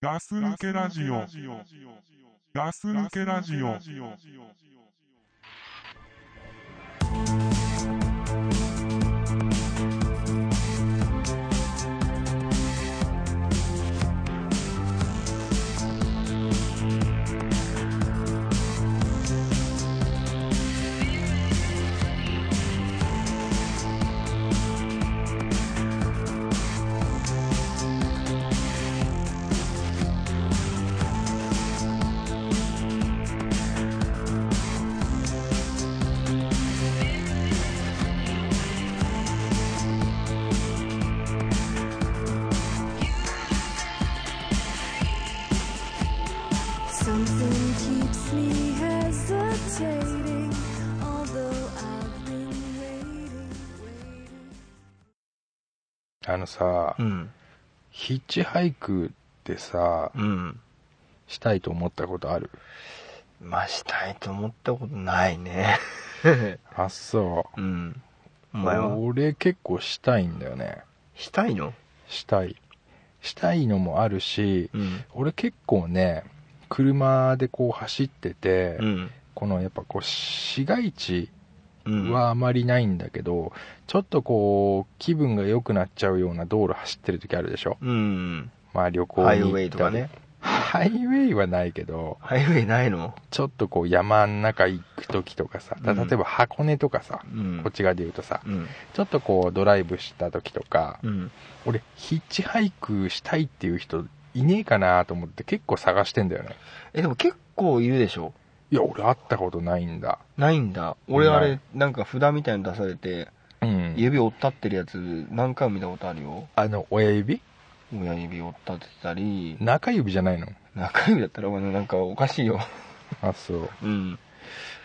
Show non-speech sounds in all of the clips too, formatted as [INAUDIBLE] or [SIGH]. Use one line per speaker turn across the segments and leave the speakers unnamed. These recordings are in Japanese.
ガス抜けラジオ。ガス抜けラジオ。
Something keeps me hesitating, although I've been waiting, waiting.
あのさ、
うん。
ヒッチハイクってさ、
うん。
したいと思ったことある
まあ、したいと思ったことないね。
あっそ
うん。お
う。
前は
俺結構したいんだよね。
したいの
したい。したいのもあるし、
うん。
俺結構ね、車でこう走ってて、
うん。
このやっぱこう市街地
うん。
はあまりないんだけど、ちょっとこう気分が良くなっちゃうような道路走ってる時あるでしょ
うん。
まあ旅行に行ったり
ハイウェイとかね。
ハイウェイはないけど、
ハイウェイないの
ちょっとこう山ん中行く時とかさ、た
うん
例えば箱根とかさ、
うん
こっち側で言うとさ、
うん。
ちょっとこうドライブした時とか、
うん。
俺ヒッチハイクしたいっていう人いねえかなと思って結構探してんだよね。
え、でも結構いるでしょ
いや、俺会ったことないんだ。
ないんだ。俺あ
な
れ、なんか札みたいの出されて、
うん。
指折ったってるやつ何回も見たことあるよ。
あの、親指
親指折ったってたり、
中指じゃないの
中指だったらお前なんかおかしいよ。
あ、そう。
うん。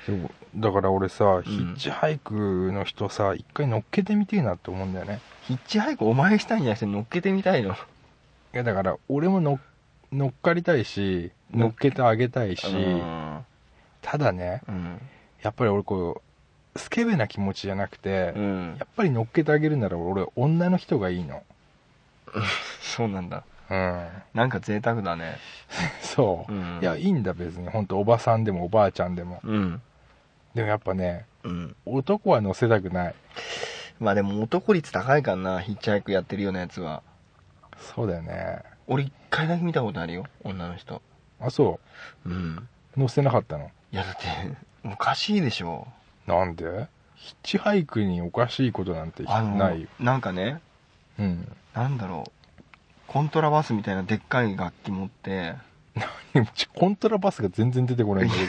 そうだから俺さ、ヒッチハイクの人さ、一回乗っけてみてえなって思うんだよね。
ヒッチハイクお前したいんじゃなくて乗っけてみたいの。
いや、だから俺もの乗っかりたいし、乗っけてあげたいし、
うん。
ただね、
うん。
やっぱり俺こう、スケベな気持ちじゃなくて、
うん
や。っぱり乗っけてあげるなら俺、女の人がいいの。
そうなんだ。
うん。
なんか贅沢だね。
[LAUGHS] そう。
うん
いや、いいんだ別に。ほんと、おばさんでもおばあちゃんでも。
うん。
でもやっぱね、
うん。
男は乗せたくない。
まあでも男率高いからな、ヒッチハイクやってるようなやつは。
そうだよね。
俺一回だけ見たことあるよ、女の人。
あ、そ
うん。
う。乗せなかったの。
いやだって、おかしいでしょ。
なんでヒッチハイクにおかしいことなんて
あの、
ないよ。
なんかね、
うん。 [LAUGHS]
なんだろう。コントラバスみたいなでっかい楽器持って、
うちコントラバスが全然出てこないんだけ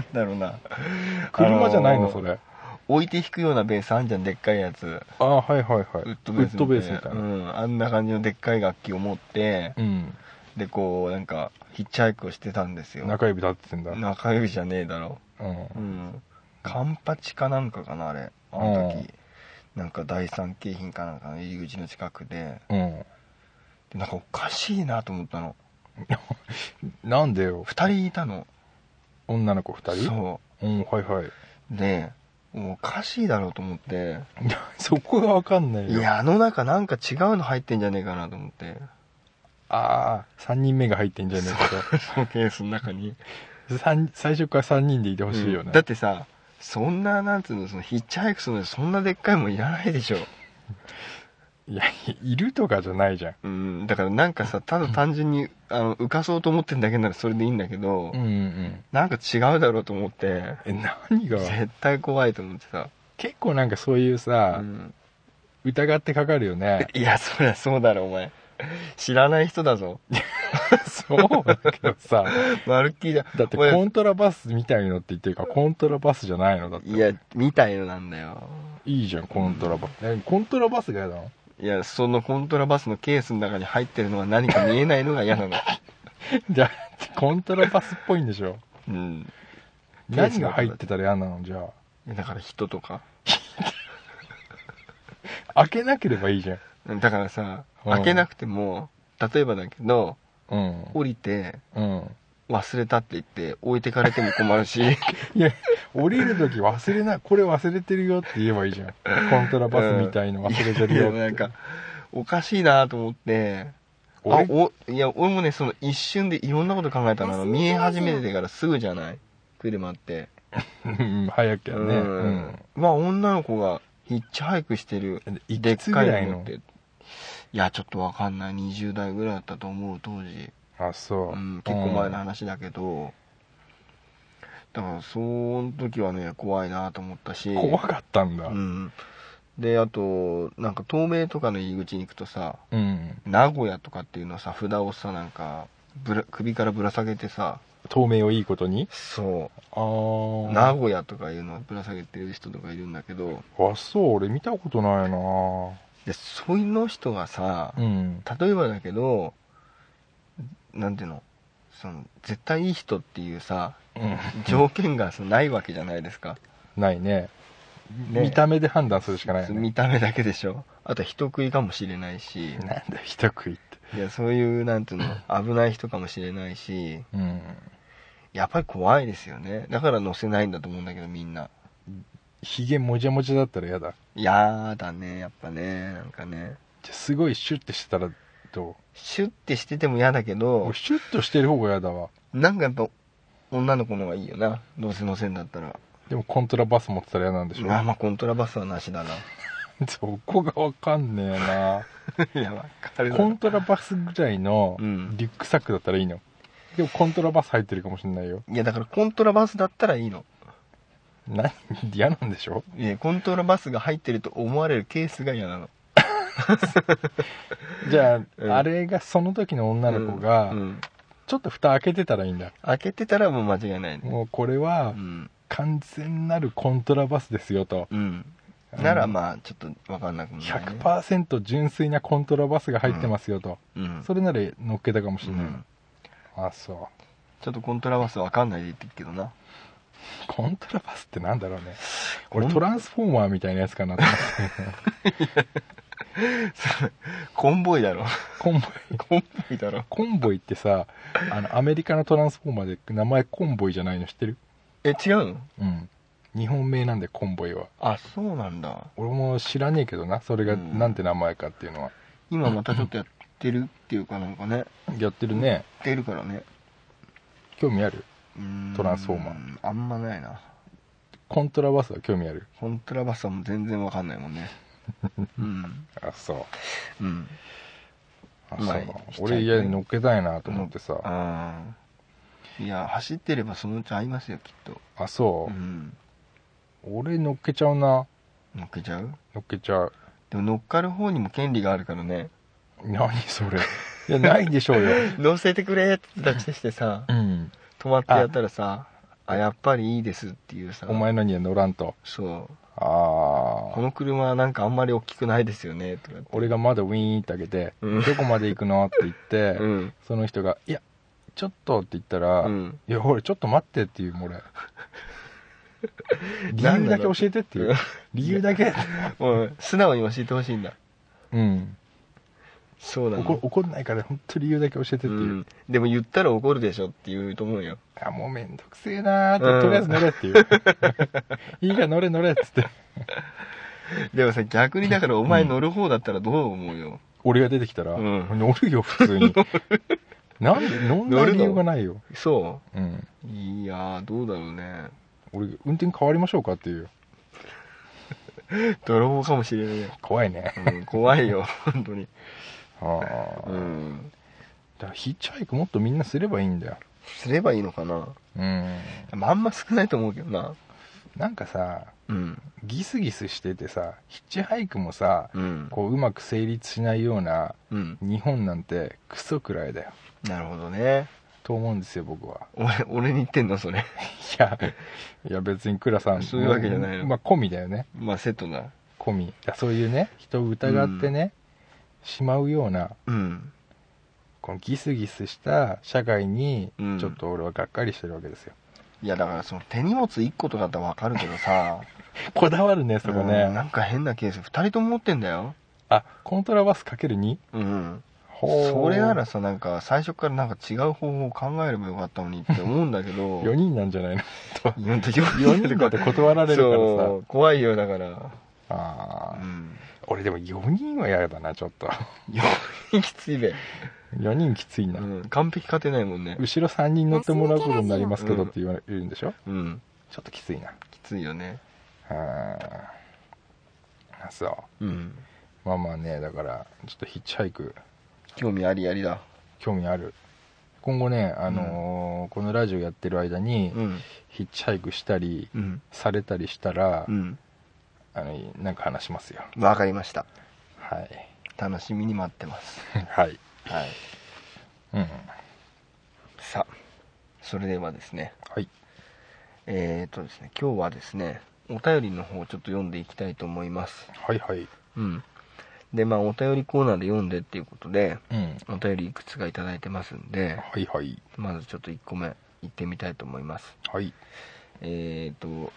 ど。
なんだろうな。 [LAUGHS]
車じゃないの、そ
れ。
れ。
置いて弾くようなベースあんじゃん、でっかいやつ。
ああ、はいはいはい。
ウッドベースみたいな。
みたいな。
うん、あんな感じのでっかい楽器を持って、
うん。
で、こう、なんか、ヒッチハイクをしてたんですよ。
中指立っててんだ。
中指じゃねえだろ。
うん
う。ん。カンパチかなんかかな、あれ。あの時。なんか第三景品かなんかの入り口の近くで。
うん。
でなんかおかしいなと思ったの。
なんでよ、
二人いたの。
女の子二人
そ
うん、はいはい。 [LAUGHS]
う。で、もうおかしいだろうと思って。
いやそこがわかんない
い
よ。
や、あの中なんか違うの入ってんじゃねえかなと思って。
ああ、三人目が入ってんじゃねえ
そのケースの中に。
かと。三最初から三人でいてほしいよね。
だってさ、そんな、なんつうの、そのヒッチハイクするのにそんなでっかいもんいらないでしょ。
いや、いるとかじゃないじゃん。
うん、だからなんかさ、ただ単純に、あの、浮かそうと思ってるだけならそれでいいんだけど、
うんうん。
なんか違うだろうと思って、
え、何が
絶対怖いと思ってさ、
結構なんかそういうさ、
うん。
疑ってかかるよね
いや、そりゃそうだろ、お前。知らない人だぞ。
[LAUGHS] そうだけどさ、
まるっきりだ。
だって
お前
コントラバスみたいのって言ってるから、コントラバスじゃないのだって。
いや、みたいのなんだよ。
いいじゃん、コントラバス。えコントラバスが嫌だ [LAUGHS] の
いや、そのコントラバスのケースの中に入ってるのは何か見えないのが嫌な
[LAUGHS]
の。
じゃあ、コントラバスっぽいんでしょ。
うん。
何が入ってたら嫌なのじゃ
だから人とか。
あ。開けなければいいじゃん。
だからさ、
うん
開けなくても、例えばだけど、
うん。
降りて、
うん。
忘れたって言って、置いてかれても困るし、
[LAUGHS] いや、降りるとき忘れない、これ忘れてるよって言えばいいじゃん。コントラバスみたいの忘れてる
い
よ
や
って。
なんか、おかしいなと思って、あ
俺
おいや俺もねその一瞬でいろんなこと考えた
あ
の
そう
見え始めてからすぐじゃない車って、
うん早くやね
う
うん
んまあ女の子がヒッチハイクしてる
い
でっ
くつぐ
から
い
いのっ
の
ていやちょっとわかんない20代ぐらいだったと思う当時、
あそう、
うん、結構前の話だけどだからその時はね怖いなと思ったし
うん怖かったんだ
うん、であとなんか東名とかの入り口に行くとさ
うん
名古屋とかっていうのはさ札をさなんかぶら首からぶら下げてさ
透明をいいことに
そ
あ
う
あ
名古屋とかいうのはぶら下げてる人とかいるんだけど
あそう俺見たことないな
でそういうの人がさ
うん
例えばだけどなんていうのその絶対いい人っていうさ
うん
条件がそのないわけじゃないですか、
ないね
ね
見た目で判断するしかないよね
見た目だけでしょあと人食いかもしれないし
なんだよ人食いって
いやそういうなんていうの危ない人かもしれないし
うん
やっぱり怖いですよねだから乗せないんだと思うんだけどみんな
ひげもじゃもじゃだったら嫌だ
やだねやっぱねなんかね
じゃすごいシュッてしてたらど
シュッてしてても嫌だけ
う
ど
俺シュッとしてる方が嫌だわ
なんかやっぱ女の子の方がいいよなどうせ乗せんだったら
でもコントラバス持ってたら嫌なんでしょ
あまあコントラバスはなしだな [LAUGHS]
そこがわかんねえない
やわかるな
コントラバスぐらいの
うん
リュックサックだったらいいのでもコントラバス入ってるかもしれないよ
いやだからコントラバスだったらいいの
何嫌なんでしょ
いやコントラバスが入ってると思われるケースが嫌なの
じゃあ、
うん
あれがその時の女の子が、
うんうん
ちょっと蓋開けてたらいいんだ
開けてたらもう間違いないね
もうこれは
うん
完全なるコントラバスですよと
うん
あの
ならまあちょっとわかんなくもない、ね、
100%純粋なコントラバスが入ってますよと、
うん
それなら乗っけたかもし
う
れない、
ん
あそ
ちょっとコントラバスわかんないで言ってるけどな
うコントラバスってなんだろうね
コ
俺
ン
トランスフォーマーみたいなやつかなと思って
[LAUGHS] コンボイだろ
コンボイ
[LAUGHS] コンボイだろ
コンボイってさあのアメリカのトランスフォーマーで名前コンボイじゃないの知ってる
え違うの
うん日本名なんでコンボイは
あそうなんだ
俺も知らねえけどなそれが
うん
なんて名前かっていうのは、
今またちょっとやってるっていうかなんかねや
やってるね
ってるからね
興味ある
うーん
トランスフォーマ
あんまないな
コントラバスは興味ある
コントラバスはもう全然わかんないもん
[LAUGHS]
ねうん
あそう
うん
あそう、
まあ
俺家に乗っけたいなと思ってさ、
ああいや走ってればそのうち合いますよきっと
あそう
う、ん
俺乗っけちゃうな
乗っけちゃう
乗っけちゃう
でも乗っかる方にも権利があるからね
何そ
[LAUGHS]
れいやないでしょうよ
乗せてくれって出してさ
[LAUGHS] うん
止まってやったらさあやっぱりいいですっていうさ
お前のには乗らんと
そう
あ
こ
あ
の車はなんかあんまり大きくないですよねとかって
俺が窓ウィーンって開けて、
うん
どこまで行くのって言って、
[LAUGHS] うん
その人が「いやちょっと」って言ったら「
うん
いや俺ちょっと待って」っていう
[LAUGHS]
もう俺理
なん
由だ
だ
け
ろ
教
う
えてっていう理由だ
[LAUGHS]
け
もう素直に教えてほしいんだ
うん
そうだね
怒怒んないから本当理由だけ教えてっていうう、
ん、でも言ったら怒るでしょって言うと思うよ
あもうめんどくせえなーって、
うん
とりあえず乗れっていう [LAUGHS] いいから乗れ乗れっつって
でもさ逆にだからお前乗る方だったらどう思うよ、
俺が出てきたら、
うん
乗るよ普
[LAUGHS]
通になんで乗んな
乗
い
るの
理由がないよ、
そ
うん、
ういやーどうだろうね
俺運転変わりましょうかっていう
泥棒かもしれないよ、
怖いね
うん、怖いよ本当に
ああ、
[LAUGHS] う
だ
ん
からヒッチハイクもっとみんなすればいいんだよ
すればいいのかな
うん
まああんま少ないと思うけどな
なんかさ
うん
ギスギスしててさヒッチハイクもさ
うん
こううまく成立しないような
うん
日本なんてクソくらいだよ
なるほどね
と思うんですよ僕は
俺俺に言ってんのそれ
い
[LAUGHS]
や、いや別に倉さん、
そういうわけじゃないの
まあ、込みだよね。
まあセットだ
込み。いやそういうね、人を疑ってね、しまうような、
うん
このギスギスした社会に
う、ん
ちょっと俺はがっかりしてるわけですよ。
いやだからその手荷物1個とかだったらわかるけどさ
こだわるね、そこ
うんな
ね。
んか変なケース2人とも持ってんだよ
あ、コントラバスかける 2?
うん
ほ
それなら
4
さなんか最初からなんか違う方法を考えればよかったのにって思うんだけ [LAUGHS] ど
人なんじゃないの [LAUGHS]
4人
4人だと断られるから
そう怖いよだから
さ。あ
[LAUGHS] うん
俺でも4人はやだなちょっと [LAUGHS]
きついべ、
4人きついな、
うん、完璧勝てないもんね
後ろ3人乗ってもらうことになりますけど
う
っ
ん
て言われるんでしょ、
うん
ちょっときついな
きついよね
あーあそう
うん
まあまあねだからちょっとヒッチハイク
興味ありありだ
興味ある今後ね、あのーこのラジオやってる間に、
ん
ヒッチハイクしたり
うん
されたりしたら、
うん
あのなんか話しますよ
わかりました
はい [LAUGHS]
楽しみに待ってます
はい
[LAUGHS] はい
うん
さあそれではですね
はい
えー、とですね今日はですねお便りの方をちょっと読んでいきたいと思います
はいはい
うんでまあお便りコーナーで読んでっていうことで
うん
お便りいくつかいただいてますんで
はいはい
まずちょっと1個目行ってみたいと思います
はい
えー、と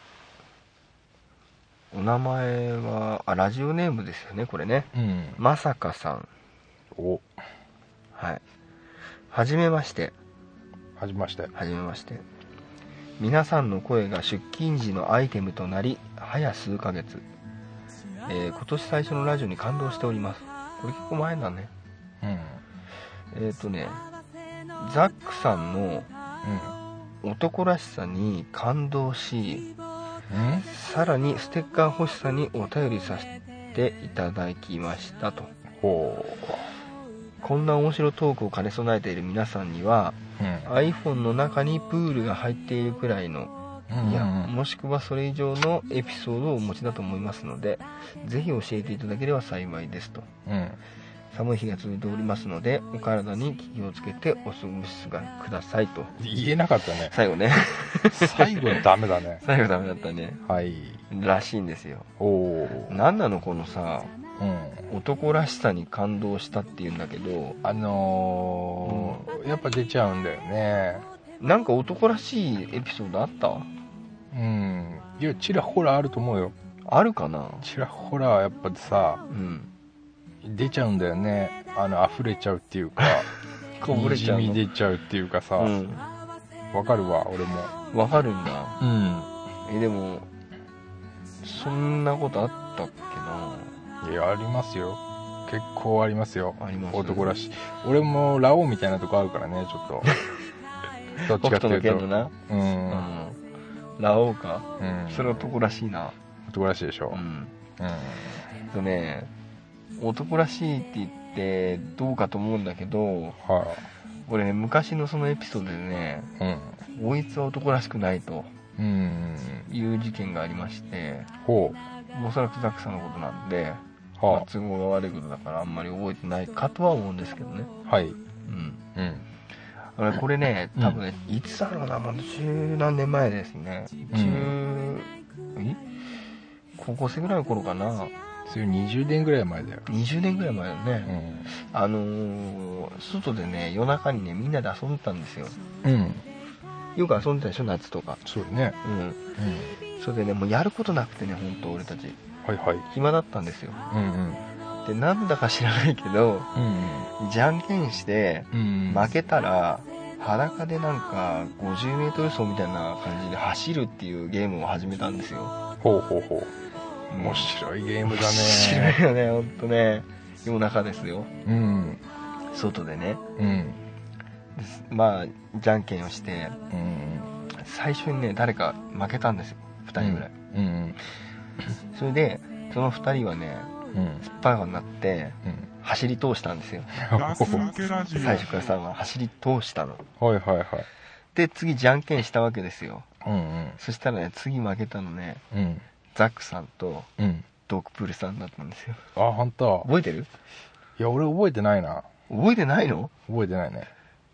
お名前はあラジオネームですよねこれね
うん
まさかさん
お
はいはじめまして
始めまして
はじめまして皆さんの声が出勤時のアイテムとなり早数ヶ月、えー今年最初のラジオに感動しておりますこれ結構前だね
うん
えっ、ー、とねザックさんの男らしさに感動
うん
し
うん
さらにステッカー欲しさにお便りさせていただきましたと
ほ
こんな面白トークを兼ね備えている皆さんには
ううん
iPhone の中にプールが入っているくらいの
うん
いや
うん
もしくはそれ以上のエピソードをお持ちだと思いますのでぜひ教えていただければ幸いですと
うん
寒い日が続いておりますのでお体に気をつけてお過ごしくださいと
言えなかった [LAUGHS] ね
最後ね [LAUGHS]
最後ダメだね
最後ダメだったね
はい
らしいんですよ
おお
何なのこのさ
うん
男らしさに感動したっていうんだけど
あのーやっぱ出ちゃうんだよね
なんか男らしいエピソードあった
うんいやちらほらあると思うよ
あるかな
ちらほらやっぱさ
うん
出ちゃうんだよねあの溢れちゃうって [LAUGHS] いうか
こぼれちゃうの
にじみ出ちゃうっていうかさわ、
うん
かるわ俺も
わかるんだ
うん
えでもそんなことあったっけない
やありますよ結構ありますよ
あります
男らしい俺もラオウみたいなとこあるからねち
[LAUGHS]
ょっとどっ
北
ちか
斗
ってい
の
うと
剣のな
うん、
うんラオウか
うん、
それ男らしいな
男らしいでしょ、
ん
うん
えっとね男らしいって言ってどうかと思うんだけど
は
俺ね昔のそのエピソードでね
い、
こいつは男らしくないと
うんうん
いう事件がありまして
ほ
おそらくザックさんのことなんで、
う
まあ
は
都合が悪いことだからあんまり覚えてないかとは思うんですけどね
あはい
うん
うん
俺これね
うん
多分ね、いつだろうなもう十何年前ですね中、え高校生ぐらいの頃かな
それ20年ぐらい前だよ
20年ぐらい前だよ
う
ね、
ん
あのー外でね夜中にねみんなで遊んでたんですよ
うん
よく遊んでたでしょ夏とか
そうね
うん
うん
それでねもうやることなくてねほんと俺たち
はいはい
暇だったんですよ
うんうん
でなんだか知らないけど
うん
じゃんけんして
うん
負けたら裸でなんか 50m 走みたいな感じで走るっていうゲームを始めたんですよ
ほうほうほう面白いゲームだね
面白いよねほんとね夜中ですよ
うん
外でね
うん
ですまあじゃんけんをして
うん
最初にね誰か負けたんですよ2人ぐらい、
うん
それでその2人はね
うん
スパイになって
うん
走り通したんですよ
ガス抜けラジオ
最初からさんは走り通したの
はいはいはい
で次じゃんけんしたわけですよ
うん
そしたらね次負けたのね
うんうん
ザックさんと
うん
ドクプルさんだったんですよ
あ本当
覚えてる
いや俺覚えてないな
覚えてないの
覚えてないね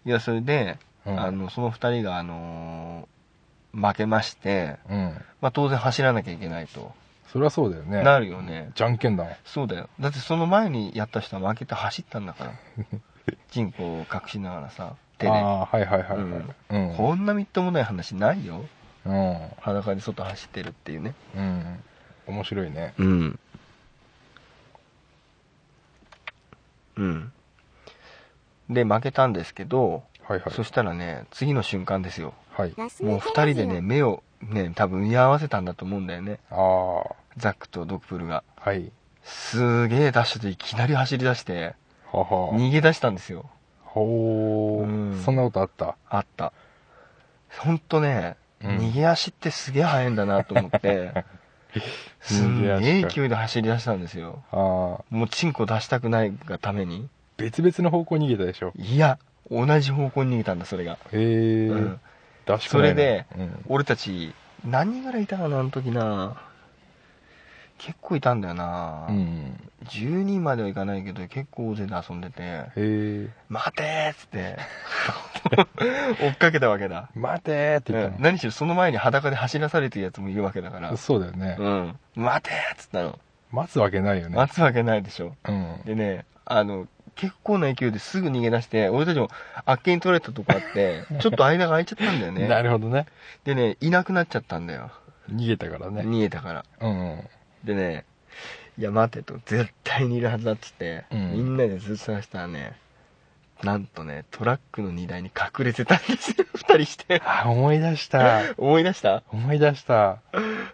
いやそれで、
うん
あのその2人が、あのー負けまして、
うん
まあ、当然走らなきゃいけないと
そりゃそうだよね
なるよね
じゃんけんだもん
そうだよだってその前にやった人は負けて走ったんだから
[LAUGHS]
人口を隠しながらさ手で、
ああーはいはいはいはいうん
こんなみっともない話ないよ
うん
裸で外走ってるっていうね
うん面白いね
うんうんで負けたんですけど、
はいはい
そしたらね次の瞬間ですよ
はい
もう2人でね目をね多分見合わせたんだと思うんだよね
ああ
ザックとドクプルが
はい
すげえダッシュでいきなり走り出して、
はは。
逃げ出したんですよ。
ほ
うん
ー。そんなことあった。
あった。ほんとね、
うん
逃げ足ってすげえ速いんだなと思って、 [LAUGHS] すんげ
逃げ
え
足か
勢いで走り出したんですよ。
ああ。
もうチンコ出したくないがために。
別々の方向に逃げたでしょ。
いや、同じ方向に逃げたんだ、それが。
へえ。
うん
ダッシュないな
それで、
うん
俺たち、何人ぐらいいたかな、あの時な。結構いたんだよな。
うん。
10人まではいかないけど、結構大勢で遊んでて、
へえ。
待てーっつって、 [LAUGHS] 追っかけたわけだ。
待てーって言っ
うん
た
何しろその前に裸で走らされてるやつもいるわけだから
の。、そうだよね。
うん、待てーっつったの。
待つわけないよね。
待つわけないでしょ。
うん。
でね、あの、結構な勢いですぐ逃げ出して、俺たちもあっけに取られたとこあって、
[LAUGHS]
ちょっと間が空いちゃったんだよね。
なるほどね。
でね、いなくなっちゃったんだよ。
逃げたからね。
逃げたから。
うん。
でね、いや待てと、絶対にいるはずだっつって、
うん
みんなでずっと探したらね、なんとね、トラックの荷台に隠れてたんですよ、二
[LAUGHS]
人して。
あ、思い出した。
[LAUGHS] 思い出した
思い出した。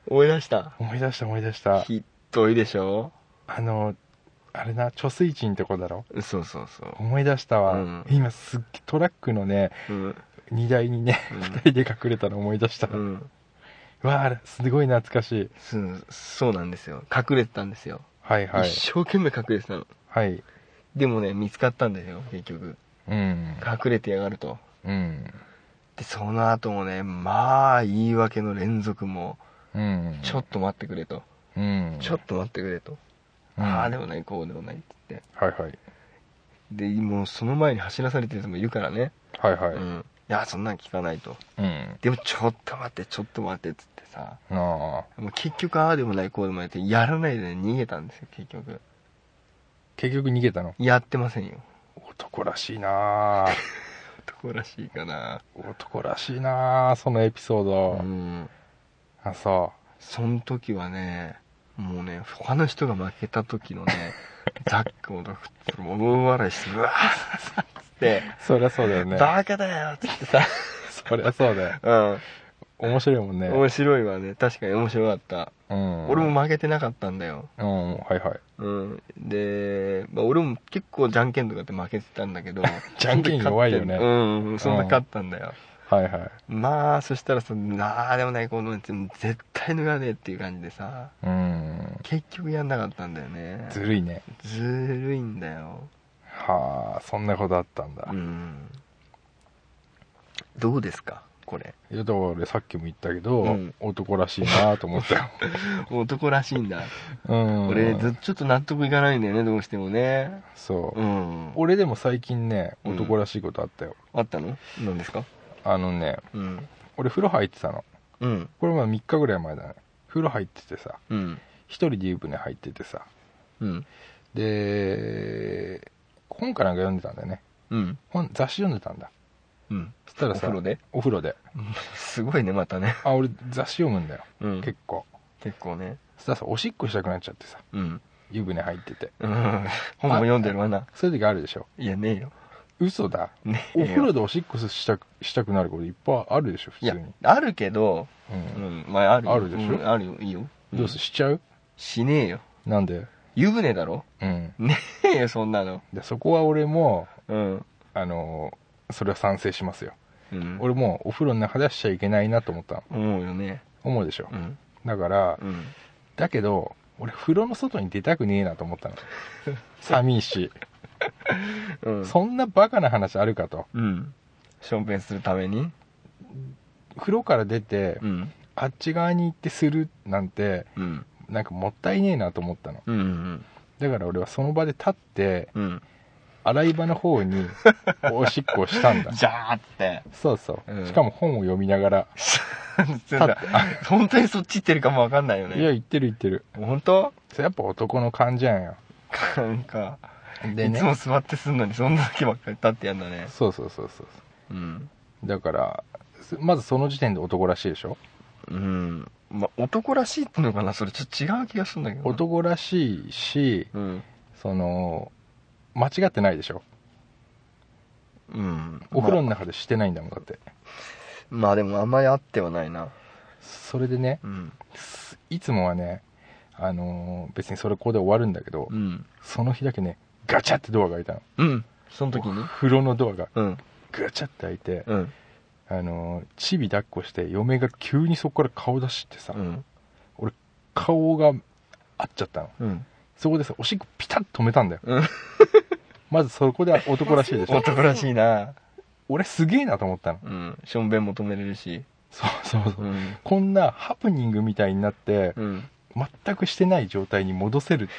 思い出した。
思い出した思い出した。
ひっどいでしょ
あの、あれな、貯水池んとこだろ。
そうそうそう。
思い出したわ。
うん
今すっげトラックのね、
うん。
荷台にね、
うん
二人で隠れたの思い出した。
うん。
わあ、すごい懐かしい。
そうそうなんですよ。隠れてたんですよ。
はいはい。
一生懸命隠れてたの。
はい。
でもね、見つかったんですよ、結局。
うん。
隠れてやがると。
うん。
で、その後もね、まあ、言い訳の連続も、
うん。
ちょっと待ってくれと。
うん。
ちょっと待ってくれと。
うん
ああでもない、こうでもないって言って。
はいはい。
で、もうその前に走らされてる人もいるからね。
はいは
う
い。
ん。いや、そんなん聞かないと。
うん。
でも、ちょっと待って、ちょっと待ってっつって
あ
さ。
あ。
もう結局、ああでもない、こうでもないって、やらないで逃げたんですよ、結局。
結局逃げたの。
やってませんよ。
男らしいなあ
男らしいかな。
男らしいなあそのエピソード。
うん。
あ、そ
その時はね、もうね、他の人が負けた時
[LAUGHS]
のね、ザックもドクッと、もう大笑いして、うわーっつって、
う。そりゃそうだよね。
[LAUGHS] バカだよっつってさ、
そりゃそうだよ。
うん。
面白いもんね。
面白いわね確かに面白かった、
うん。
俺。も負けてなかったんだよ、
うん、はいはい。
うん、で、まあ、俺も結構じゃんけんとかって負けてたんだけど
[LAUGHS] じゃんけん弱いよね
うんうんそんな勝ったんだよ、
はいはい。
まあそしたらさなあでもないこの絶対脱がねえっていう感じでさ
うん。
結局やんなかったんだよね
ずるいね。
ずるいんだよ
はあ、そんなことあったんだ
う。んどうですか
[LAUGHS]
これ
いや、だから俺さっきも言ったけど、
うん
男らしいなと思った [LAUGHS] よ。
男らしいんだ
うん。
俺ずっとちょっと納得いかないんだよねどうしてもね
そう、
うん
俺でも最近ね、
うん
男らしいことあったよ。
あったの何ですか
あのね、
うん。
俺風呂入ってたの。
うん。
これまあ3日ぐらい前だね。風呂入っててさ、
うん。
一人で湯船入っててさ。
うん。
で、本かなんか読んでたんだよね。
うん。
本、雑誌読んでたんだ。
うん。
そしたら
お
さ、
風呂で
お風呂で。
すごいね、またね。
あ、俺雑誌読むんだよ。
うん
結構。
結構ね。
そしたらさ、おしっこしたくなっちゃってさ、
うん。
湯船入ってて。
うん。本も読んでるわな。
そういう時あるでしょ。
いや、ねえよ。
嘘だ。
ねえ
お
よ。
風呂でおしっこしたくしたくなることいっぱいあるでしょ、普
い
通
や
に。、
あるけど、
う。
うんん。まあ、あるよ
あるでしょ
うんあるよ。いいよ。
どうするしちゃう
しねえよ。
なんで
湯船だろ
うん。
ねえよ、 [LAUGHS] そんなの。
でそこは俺も、
うん。
あのーそれは賛成しますよ。
うん。
俺もお風呂の中ではしちゃいけないなと思ったの。
思うよね。
思うでしょ
う。ん。
だから
う、ん。
だけど、俺風呂の外に出たくねえなと思
[LAUGHS]
ったの。寂しいし。
うん。
そんなバカな話あるかと。
うん。ションペンするために
風呂から出て、
うん。
あっち側に行ってするなんて、
うん。
なんかもったいねえなと思ったの。
うん。うん。
だから俺はその場で立って、
うん。
洗い場の方
[LAUGHS]
におしっこをしたんだ
じゃーって。
そうそう、
うん
しかも本を読みながら
[LAUGHS] そうだ本当にそっち行ってるかもわかんないよ
いや
ね。
言ってる言ってる
本当
それやっぱ男の感じやんよ
なんか、
で
いつも座ってすんのにそんな時ばっかり立ってやんだね。
そうそうそうそう
うん。
だからすまずその時点で男らしいでしょ
うん。まあ、男らしいってのかなそれちょっと違う気がするんだけどな。
男らしいし
うん。
その間違ってないでしょ
うん。
お風呂
ま
の中でしてないんだもんだって
あ、まあでもあんまりあってはないな。
それでね
うん。
すいつもはねあのー別にそれここで終わるんだけど、
うん
その日だけねガチャってドアが開いたの
うんその時に
風呂のドアが
うん
ガチャって開いて、
うん
あのーチビ抱っこして嫁が急にそこから顔出してさ、
うん
顔が合っちゃったの
うん
そこでさおしっこピタッと止めたんだよ、
うん
[LAUGHS] まずそこで男らしい
[LAUGHS]
でしょ
男らしいな
俺すげえなと思ったの
うんしょんべんも止めれるし
そうそうそう、
うん
こんなハプニングみたいになって
うん
全くしてない状態に戻せる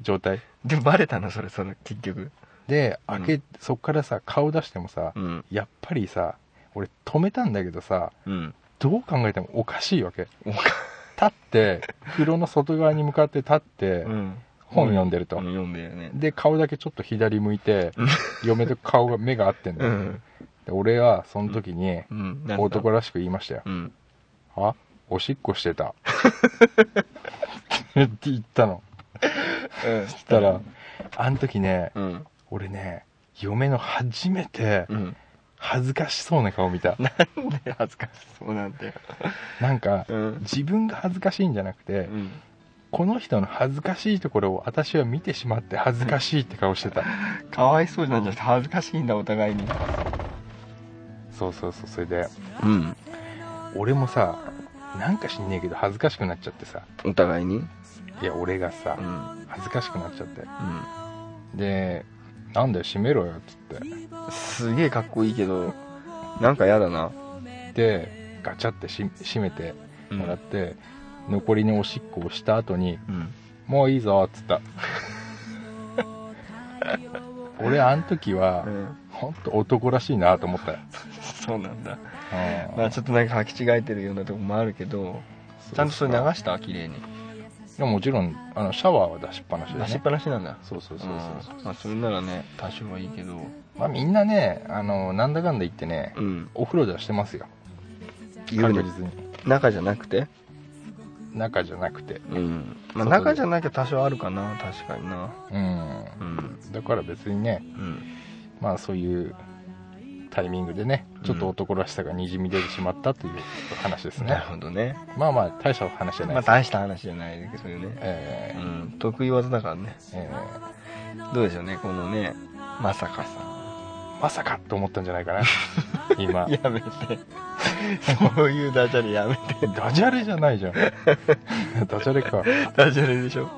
状態
でもバレたのそれそれ結局
で開け、
う
そっからさ顔出してもさ、
うん
やっぱりさ俺止めたんだけどさ
うん
どう考えてもおかしいわけ
おか
立って風呂の外側に向かって立って
うん
本読んでると、
うん読んでるね
で顔だけちょっと左向いて
うん
嫁と顔が目が合ってんだ
う
よ、
ん
で俺はその時に
うんなんだ
男らしく言いましたよ
うん
「あおしっこして
[LAUGHS]
た」って言ったの
うん
そしたらあの時ね
うん
俺ね嫁の初めて
うん
恥ずかしそうな顔見た
で [LAUGHS] 恥ずかしそうなんて
なんか
うん
自分が恥ずかしいんじゃなく
う
て
ん
この人の恥ずかしいところを私は見てしまって恥ずかしいって顔してた
かわいそうなんじゃなくて恥ずかしいんだお互いに
そうそうそうそれで
うん
俺もさなんか知んねえけど恥ずかしくなっちゃってさ
お互いに
いや俺がさ
うん
恥ずかしくなっちゃって
う
で「なんだよ閉めろよ」っつ
んすげえかっこいいけどなんかやだな
ってでガチャってし閉めて
うん
もらって、残りのおしっこをした後に
うん
「もういいぞ」っつった
[LAUGHS]
俺あの時は
うん
本当男らしいなと思ったよ、
そうなんだ
うん
まあちょっとなんか履き違えてるようなとこもあるけどちゃんとそれ流した綺麗に
いやもちろんあのシャワーは出しっぱなしで
出しっ
ね
ぱなしなんだ
そうそう
う
そ
ん
うそう、
まあそれならね多少はいいけど
まあみんなねあのなんだかんだ言ってね
うん
お風呂ではしてますよ
夜
確
に
実に
中じゃなくて
中じゃなくて
うんまあ
外で
中じゃなきゃ多少あるかな確かにな
うん
うん
だから別にね
うん
まあそういうタイミングでねちょっと男らしさがにじみ出てしまったという話ですね
なる、ほどね
まあまあ大した話じゃない
まあ
です、
大した話じゃないけどね
え
う
ー
ん得意技だからね
え
どうでしょうねこのねまさかさん
ーまさかと思ったんじゃないか
[LAUGHS]
な今
やめて。そういうダジャレやめて。
ダジャレじゃないじゃんダジャレか
ダジャレでしょ。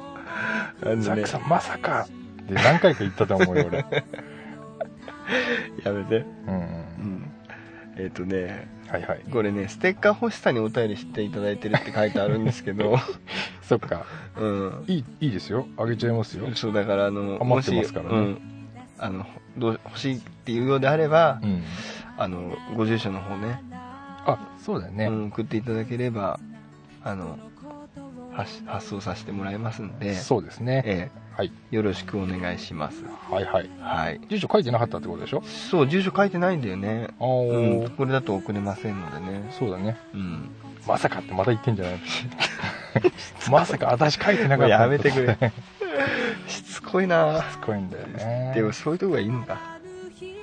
あの
ザッ
ね
ク、さんまさかで何回か言ったと思うよ俺
やめて。
うん、う、
うんん。えっ、とね、
はいはい
これね、ステッカー欲しさにお便りしていただいてるって書いてあるんですけ
[LAUGHS]
ど、
そっか
うん。
いいいいですよあげちゃいますよ
そう、だから、あの、
余ってますからね
うん。あの、どう欲しいっていうようであれば、
うん
あの、ご住所の方ね、
あそうだよね、
うん、送っていただければ、あの、発発送させてもらいますんで、
そうですね、
え
はい
え、よろしくお願いします。
はいはい
はい。
住所書いてなかったってことでしょ
そう住所書いてないんだよね
あー
うん、これだと送れませんのでね
そうだね
うん
まさかってまた言ってんじ
[LAUGHS]
ゃないのまさか私書いてなかった
やめてくれ [LAUGHS] しつこいな
すごいんだよね
でもそういうとこがいいんだ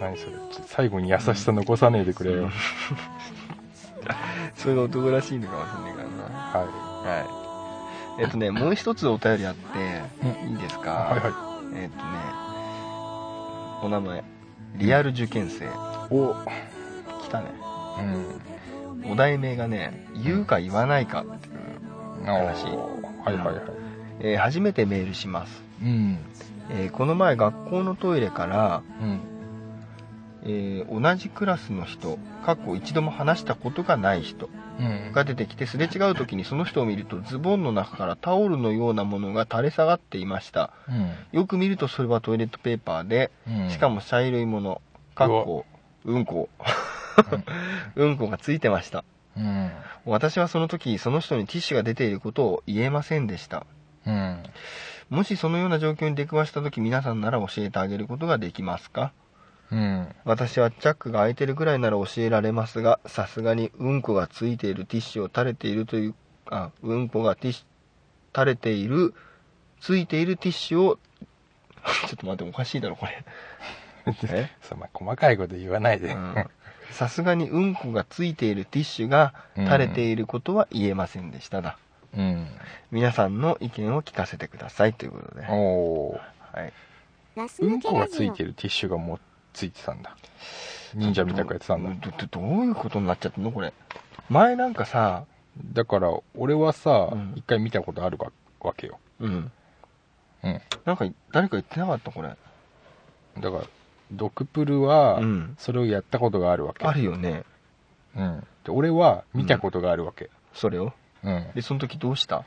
何それちょ最後に優しさ残さねえでくれよ、
うんそれが男らしいのかもしれないから
は
なはいえっと
[LAUGHS]
ねもう一つお便りあって
う
いいですか
い、はいは
えっとねお名前リアル受験生
いお
来たね
う
お題名がね言うか言わないかっていう、
ん
話
はいはいはい
えー初めてメールします、
うん
えーこの前学校のトイレから
うん
えー同じクラスの人過去一度も話したことがない人
うん
が出てきてすれ違う時にその人を見るとズボンの中からタオルのようなものが垂れ下がっていましたよく見るとそれはトイレットペーパーで
うん
しかも茶色いものかっこうんこうんこがついてました
うん
私はその時その人にティッシュが出ていることを言えませんでした
うん
もしそのような状況に出くわした時皆さんなら教えてあげることができますか
うん
私はチャックが開いてるぐらいなら教えられますがさすがにうんこがついているティッシュを垂れているというあうんこがティッシュ垂れているついているティッシュを [LAUGHS] ちょっと待っておかしいだろこれえ
[LAUGHS] そうまあ細かいこと言わないで、
[LAUGHS] うんさすがにうんこがついているティッシュが垂れていることは言えませんでしただ、
[LAUGHS] うん。
皆さんの意見を聞かせてくださいということで、は
おー。
い、
ガス
う
抜
ん
け
こ
ラ
が
ジ
つい
オ
てるティッシュがもうついてたんだ。忍者みたくやってたんだ。
どどどういうことになっちゃったのこれ前なんかさ、
だから、俺はさ
うん、
一回見たことあるわわけよ。
うん、
うん。
なんか誰か言ってなかったこれ
だから、ドクプルは
うん、
それをやったことがあるわけ。
あるよね
うん。で俺は見たことがあるわけ。
それを
うん。
でその時どうした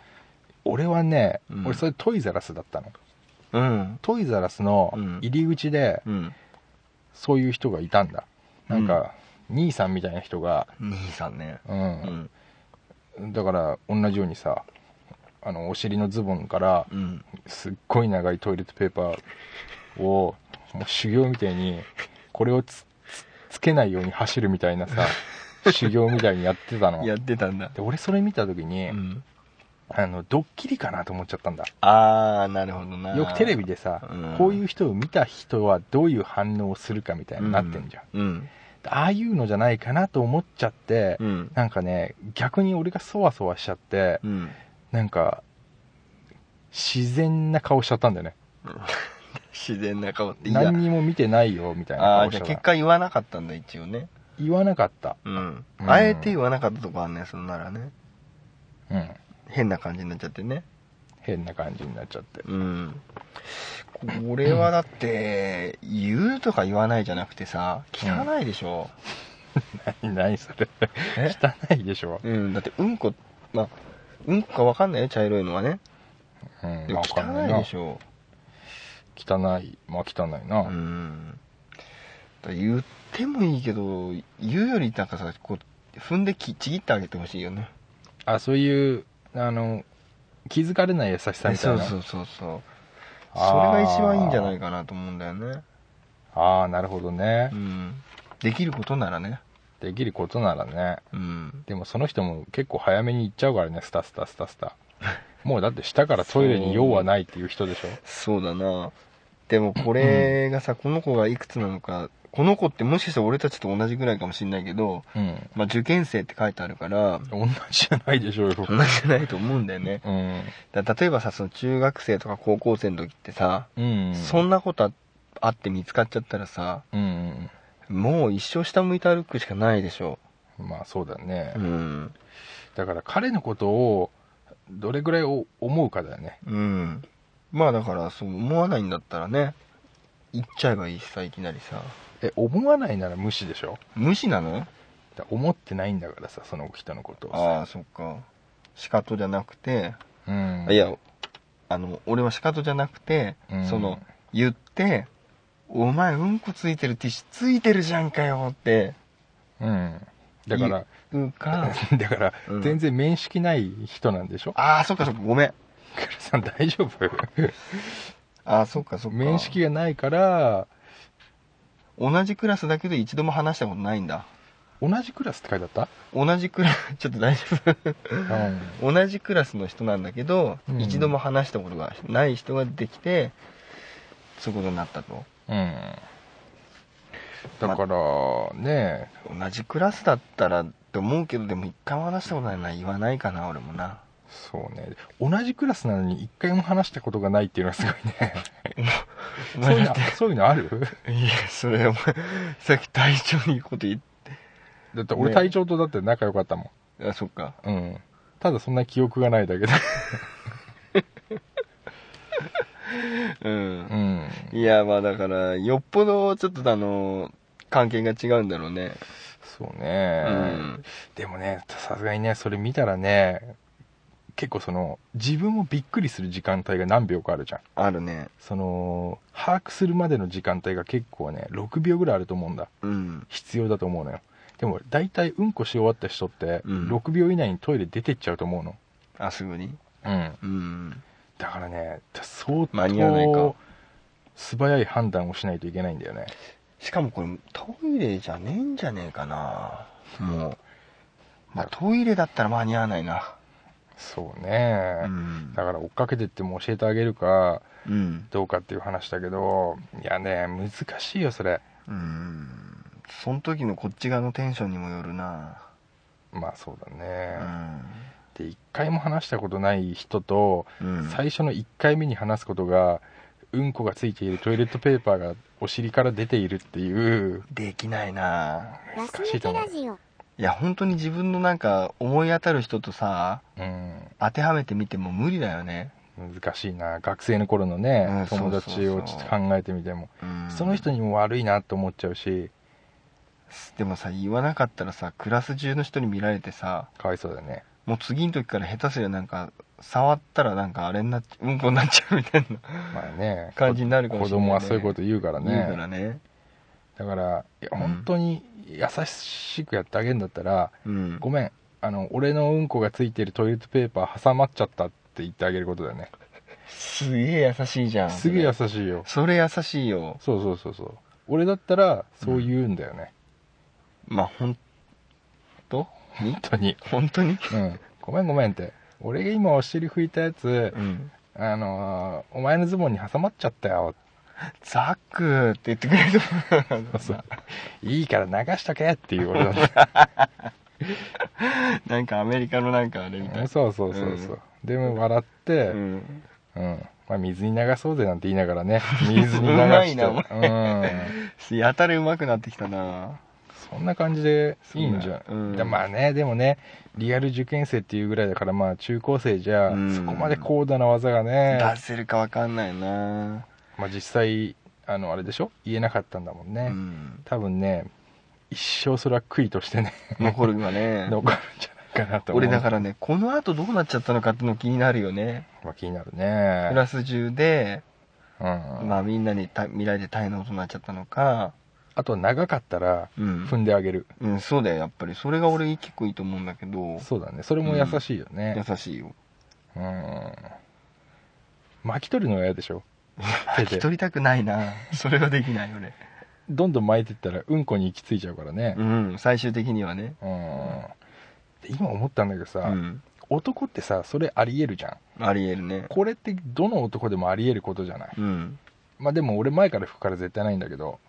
俺はね、
うん
俺それトイザラスだったの。
うん
トイザラスの入り口で、
うん
そういう人がいたんだ。
う
なんんか、兄さんみたいな人が、
兄さんね
う。
うんん
だから、同じようにさ、あの、お尻のズボンから、
うん
すっごい長いトイレットペーパーを、もう修行みたいに、これをつ、つ、つけないように走るみたいな
[LAUGHS]
さ、修行みたいにやってたの。
や
で、
ってたんだ
俺それ見た時に、
うん
あの、ドッキリかなと思っちゃったんだ。
ああなるほどな
よくテレビでさ、
うん
こういう人を見た人はどういう反応をするかみたいになってんじゃん、
うん
ああいうのじゃないかなと思っちゃって、
うん
なんかね逆に俺がそわそわしちゃって、
うん
なんか自然な顔しちゃったんだよね
自然な顔っていや
何にも見てないよみたいな
ああ
顔
ー
し
じ
ちゃ
ゃあ
った
結果言わなかったんだ一応ね
言わなかった
うん
うん
あえて言わなかったとこあんねそんならね
うん
変な感じになっちゃってね
変な感じになっちゃ
[LAUGHS]
って
うんこれはだって言うとか言わないじゃなくてさ汚いでしょ、
何何それ
え
[LAUGHS] 汚いでしょ、
うんだってうんこまあうんこかわかんないよ茶色いのはね
うん
でも
わかんな
汚
い
い
な
でしょ
汚いまあ汚いな、
うんだから言ってもいいけど言うよりなんかさこう踏んできちぎってあげてほしいよね
あそういうあの気づかれない優しさみたいな
そうそうそうそうそれ
あ
が
ー
一番いいんじゃないかなと思うんだよね
ああなるほどね
う、んできることならね
できることならね
うん
でもその人も結構早めに行っちゃうからねスタスタスタス
[LAUGHS]
タもうだって下からトイレに用はないっていう人でしょ
そうだなでもこれがさ、この子がいくつなのかこの子ってもしかしたら俺たちと同じぐらいかもしんないけど、
うん
まあ、受験生って書いてあるから
同じじゃないでしょうよ
同じじゃないと思うんだよね
うん
だから例えばさその中学生とか高校生の時ってさ、
うん
そんなことああって見つかっちゃったらさ
うん
もう一生下向いて歩くしかないでしょ
まあそうだね、
うん
だから彼のことをどれぐらいお思うかだよね
うんまあだからそう思わないんだったらね行っちゃえばいいしさいきなりさ
え思わないなら無視でしょ
無視なの
だ思ってないんだからさその人のことをさ
ああそっか仕方じゃなくて、
うん
いやあの俺は仕方じゃなくて、
うん
その言って「お前うんこついてるティッシュついてるじゃんかよ」って
うんだから
言うか
[LAUGHS] だから、
うん
全然面識ない人なんでしょ
ああそっかそっかごめん
クルさん大丈夫
ああそっかそっか
面識がないから
同じクラスだけど一度も話したことないんだ
同じクラスって書いてあっ
同じクラスちょっと大丈夫
た、うん、
同じクラスの人なんだけど、
うん
一度も話したことがない人ができてそういうことになったと
うんだからね
同じクラスだったらって思うけどでも一回も話したことないな言わないかな俺もな
そうね同じクラスなのに一回も話したことがないっていうのはすごいね [LAUGHS] そう
お前
いう
だっ
の
て
[LAUGHS] そういうのある
[LAUGHS] いやそれお前さっき隊長にいいこと言っ
だって
ね
俺隊長とだって仲良かったも
てあそっか
ん、うん、ただそんな記憶がない [LAUGHS] だけで
うん
うん
いやまあだからよっぽどちょっとあの関係が違うんだろうね
そうね、
うん
でもねさすがにねそれ見たらね結構その自分もびっくりする時間帯が何秒かあるじゃん
あるね
その把握するまでの時間帯が結構ね6秒ぐらいあると思うんだ
うん
必要だと思うのよでも大体うんこし終わった人って
うん
6秒以内にトイレ出てっちゃうと思うの
あすぐに
うん
うん
だからね相
間に合わないか
当素早い判断をしないといけないんだよね
しかもこれトイレじゃねえんじゃねえかなもうまあトイレだったら間に合わないな
そうね、
うん
だから追っかけてっても教えてあげるか
うん、
どうかっていう話だけどいやね難しいよそれ
うん、その時のこっち側のテンションにもよるな
まあそうだ
う
ね、
ん
で一回も話したことない人と、
うん
最初の1回目に話すことがうんこがついているトイレットペーパーがお尻から出ているっていう
できないな
ガ
難
ス抜
しいと
け
思
ラ
う、
ジオ。
いや本当に自分のなんか思い当たる人とさ
うん、
当てはめてみても無理だよね、
難しいな学生の頃の
う
ね
ん、
友達をちょっと考えてみても
うん
その人にも悪いなと思っちゃうし
でもさ言わなかったらさクラス中の人に見られてさ
かわいそうだね
もう次の時から下手すりゃなんか触ったらなんかあれになっちうんこになっちゃうみたいな
まあね
感じになるかも
子
しれない、ね、
供はそういうこと言うからね
言うからね
だからいや
うん
本当に優しくやってあげるんだったら、
うん
ごめんあの俺のうんこがついてるトイレットペーパー挟まっちゃったって言ってあげることだよね
すげえ優しいじゃん
すげえ優しいよ
それ優しいよ
そうそうそうそう俺だったらそう言うんだよね、
まあほん [LAUGHS] とに
本当に
本当に
うんごめんごめんって俺が今お尻拭いたやつ
うん
あのーお前のズボンに挟まっちゃったよ
ザックって言ってくれると思う
そういいから流しとけっていう俺だった
なんかアメリカのなんかあれみた
[LAUGHS]
い
そうそうそうそう、でも笑って、
な、うん、
うん。まあ、水に流そうぜなんて言いながらね、 [LAUGHS] 水に流して。
うまいなお
うん。
やたらうまくなってきたな
そんな感じでいいんじゃ
そうだうん
ん。だまあね、でもね、リアル受験生っていうぐらいだから、まあ、中高生じゃ
うん、
そこまで高度な技がね、
出せるかわかんないな、
まあ、実際、あの、あれでしょ言えなかったんだもん
う
ね。
ん、
多分ね、一生それは悔いとしてね、
[LAUGHS] 残るわね
残るんじゃないかなと思う。。
俺だかららねこの後どうなっちゃったのかっての気になるよね
まあ、気になる
ク
ね。
ラス中で、
うん。
まあ、みんなにた見られて大変なことになっちゃったのか、
あと、長かったら、
うん
踏んであげる。
うん、そうだよやっぱりそれが俺結構いいと思うんだけど
そうだね。それも優しいよね。
優しいよ
うん巻き取るのは嫌でしょ手
引き
で
取りたくないな [LAUGHS] それはできない俺
どんどん巻いてったらうんこに行き着いちゃうからね
うん最終的にはね
うんで今思ったんだけどさ、
うん
男ってさそれありえるじゃん
ありえるね
これってどの男でもありえることじゃない
うん
まあでも俺前から拭くから絶対ないんだけど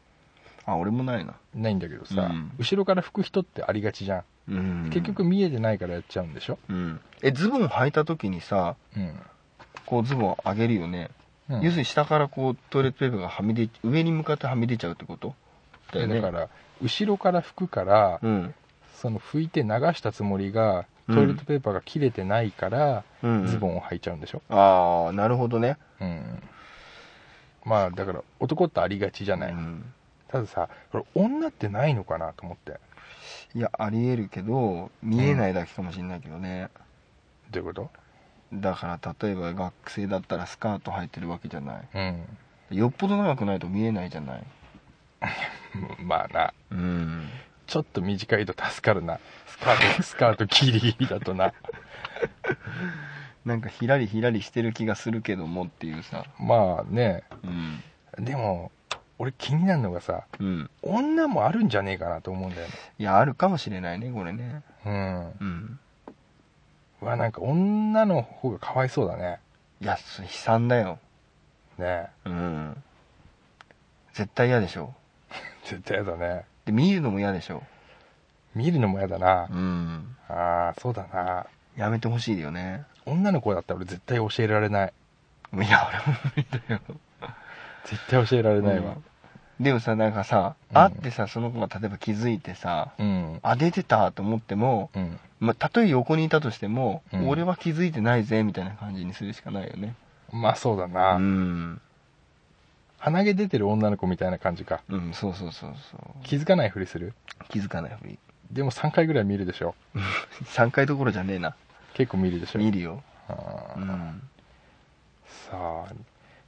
あ俺もないな
ないんだけどさ、
うん
後ろから拭く人ってありがちじゃん
うん
結局見えてないからやっちゃうんでしょ
うんえズボン履いた時にさ
うん、
こうズボン上げるよね、
うん
要するに下からこうトイレットペーパーがはみ出上に向かってはみ出ちゃうってことだよね
だから後ろから拭くから、
うん
その拭いて流したつもりがトイレットペーパーが切れてないから、
うん
ズボンを履いちゃうんでしょ
ああなるほどね
うんまあだから男ってありがちじゃない、
うん
たださこれ女ってないのかなと思ってど
いやありえるけど見えないだけかもしれないけどね、
ういうこと
だから例えば学生だったらスカート履いてるわけじゃない
うん
よっぽど長くないと見えないじゃない
まあな
うん
ちょっと短いと助かるなスカートスカートギリギリだと
[LAUGHS]
な
なんかひらりひらりしてる気がするけどもっていうさ
まあね
うん
でも俺気になるのがさ
うん
女もあるんじゃねえかなと思うんだよね
いやあるかもしれないねこれね
うん
うん
うわなんか女の方がかわいそうだね
いやそ悲惨だよ
ね
うん絶対嫌でしょ
え絶対やだね
で見るのも嫌でしょ
見るのもやだな、
うん
ああそうだな
やめてほしいよね
女の子だったら俺絶対教えられない
いや俺も無理だよ
絶対教えられないわ
でもさなんかさ、
うん
会ってさその子が例えば気づいてさ、
うん
あ出てたと思っても、
うん
まあ、たとえ横にいたとしても、
うん
俺は気づいてないぜみたいな感じにするしかないよね
まあそうだ
う
な、
ん、
鼻毛出てる女の子みたいな感じか
うん、そうそうそうそう
気づかないふりする
気づかないふり
でも3回ぐらい見るでしょ
3回どころじゃねえな
結構見るでしょ
見るよ、
あ
う
ー
ん
さあ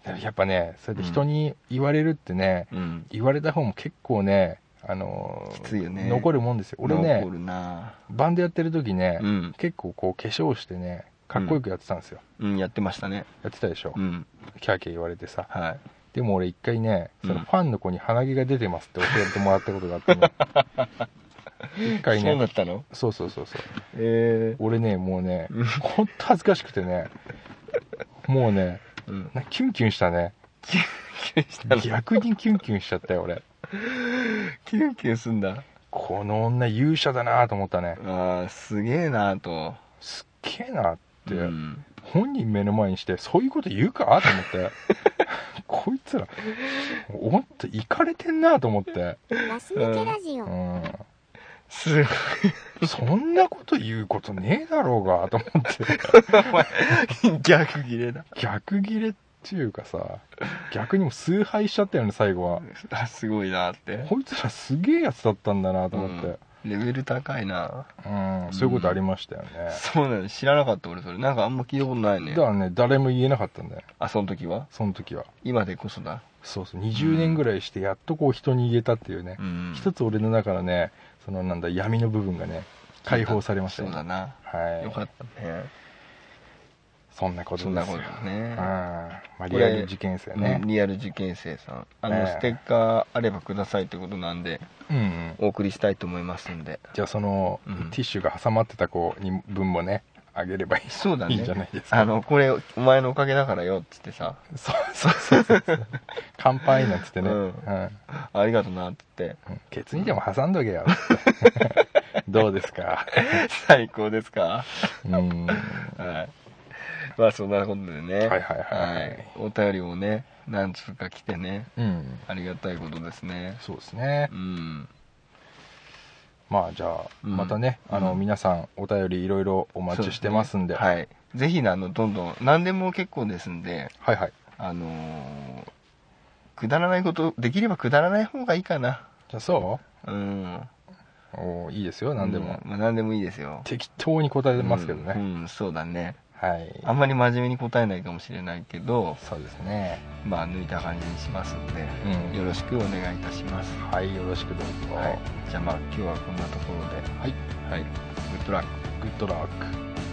でもやっぱねそれで人に言われるってね、
うん、
言われた方も結構ねあのー
きついよね
残るもんですよ俺
残
ね
るな
バンドやってる時ね、
うん、
結構こう化粧してねかっこよくやってたんですよ、
うん、やってましたね
やってたでしょ、
うん
キャーキャー言われてさ
はい
でも俺一回ね、
うん
そのファンの子に鼻毛が出てますって教えてもらったことがあったの。
[LAUGHS]
一回
そうだ
ね
っ、たの
そうそうそうそう。
え
俺ね、もうね
うん、
ほんと恥ずかしくてね、もうね、
えうん [LAUGHS]
なキュンキュンしたね。逆にキュンキュンしちゃったよ、俺。
キュンキュンすんだ
この女勇者だなと思ったね。
ああすげえなと
すっげえなって、
うん
本人目の前にしてそういうこと言うかと思って [LAUGHS] こいつらほんといかれてんなと思って、
ガス抜けラジオ
う。ん、
すごい
そんなこと言うことねえだろうがと思って [LAUGHS]
[LAUGHS] 逆切れだ
逆ギレっていうかさ逆にもう崇拝しちゃったよね最後は
あすごいなって
こいつらすげえやつだったんだなと思って、
レベル高いな
うんそういうことありましたよね、
そうなの知らなかった俺それなんかあんま聞いたことないね
だからね誰も言えなかったんだよ
あその時は
その時は
今でこそだ
そうそう20年ぐらいしてやっとこう人に言えたっていうね、
ん
一つ俺の中のねそのなんだ闇の部分がね解放されました
そうだ
ね
な
はい
よかったね
そんなこと
そんな
です
こと
よ
だ
うん
ね
まあリアル受験生ね
リアル受験生さんあの、
ええ
ステッカーあればくださいってことなんで
うんうん
お送りしたいと思いますんで
じゃあその、
うん
ティッシュが挟まってた子に分もねあげればいい
そうだね
いいんじゃないですか
あのこれお前のおかげだからよっつってさ
そうそうそうそうそう乾杯なんつってね、
う
うんん
ありがとなっつって
ケツにでも挟んどけ
[LAUGHS]
よどうですか [LAUGHS]
最高ですか [LAUGHS]
うん
はいまあそんなことで
は
ね
いはいはいはい
お便りもね何通か来てね
うん
ありがたいことですね
そうですね
うん
まあじゃあ
うん
またね、あの
うん
皆さんお便りいろいろお待ちしてますんで
はいぜひねあのどんどん何でも結構ですんで
はいはい
あのーくだらないことできればくだらない方がいいかな
じゃあそ
うん
うおーいいですよ何でも、
うんまあ、何でもいいですよ
適当に答えますけどね、
うん、うんそうだね
はい
あんまり真面目に答えないかもしれないけど
そうですね
まあ抜いた感じにしますんで、
うん
よろしくお願いいたします、
はいよろしくどうぞ、
はい、じゃあまあ今日はこんなところで
はい、
はいグッドラック
グッドラック